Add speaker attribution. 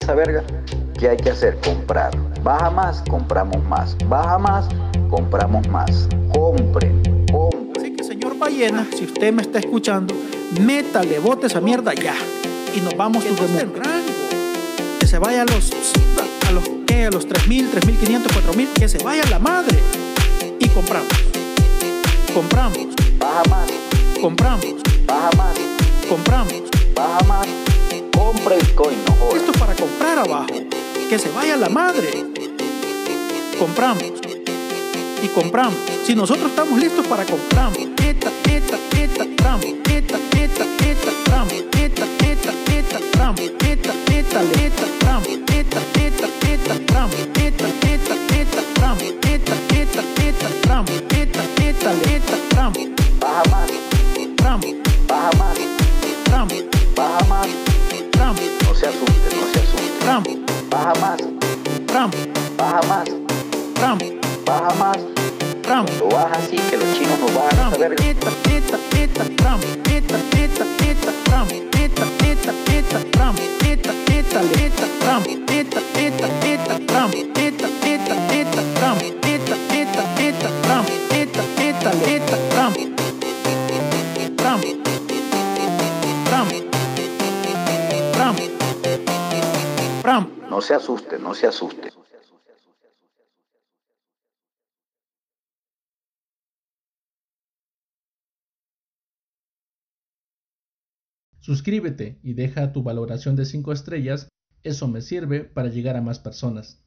Speaker 1: esa verga, ¿qué hay que hacer? Comprar. Baja más, compramos más. Baja más, compramos más. Compren, compren.
Speaker 2: Así que, señor Ballena, si usted me está escuchando, métale, bote esa mierda ya. Y nos vamos tu rango. Que se vaya a los. A los, ¿qué? a los 3.000, 3.500, 4.000. Que se vaya la madre. Y compramos. Compramos.
Speaker 1: Baja más,
Speaker 2: Compramos.
Speaker 1: baja más,
Speaker 2: Compramos.
Speaker 1: baja más. Compra el coin, no jodas.
Speaker 2: Esto es para comprar abajo. Que se vaya la madre. Compramos. Y compramos. Si nosotros estamos listos para compramos. Eta, eta, eta, tramo. Eta, eta, eta, tramo. Eta, eta, eta, tramo. Eta, eta, eta, tramo. Eta, eta, eta, tramo. Eta, eta, eta, tramo. Eta, eta, eta, tramo. Eta, eta, eta, tramo.
Speaker 1: Baja más,
Speaker 2: Tramo,
Speaker 1: baja más, baja
Speaker 2: tramo,
Speaker 1: más.
Speaker 2: tramo,
Speaker 1: No se asusten, no se asusten. Baja más, baja más, baja
Speaker 2: tramo, tramo, tramo,
Speaker 1: más.
Speaker 2: tramo.
Speaker 1: Lo baja así que los chinos nos bajan a
Speaker 2: Trump,
Speaker 1: esa verga.
Speaker 2: Eta, eta, eta, Trump, eta, eta, eta, Trump, eta, eta, eta, Trump, eta, eta, eta, Trump, eta, eta, eta, Trump, eta, eta, eta, Trump, eta, eta, eta, Trump, eta, eta, eta, Trump. Trump. Trump. Trump. Trump.
Speaker 1: No se asusten, no se asusten.
Speaker 3: Suscríbete y deja tu valoración de 5 estrellas, eso me sirve para llegar a más personas.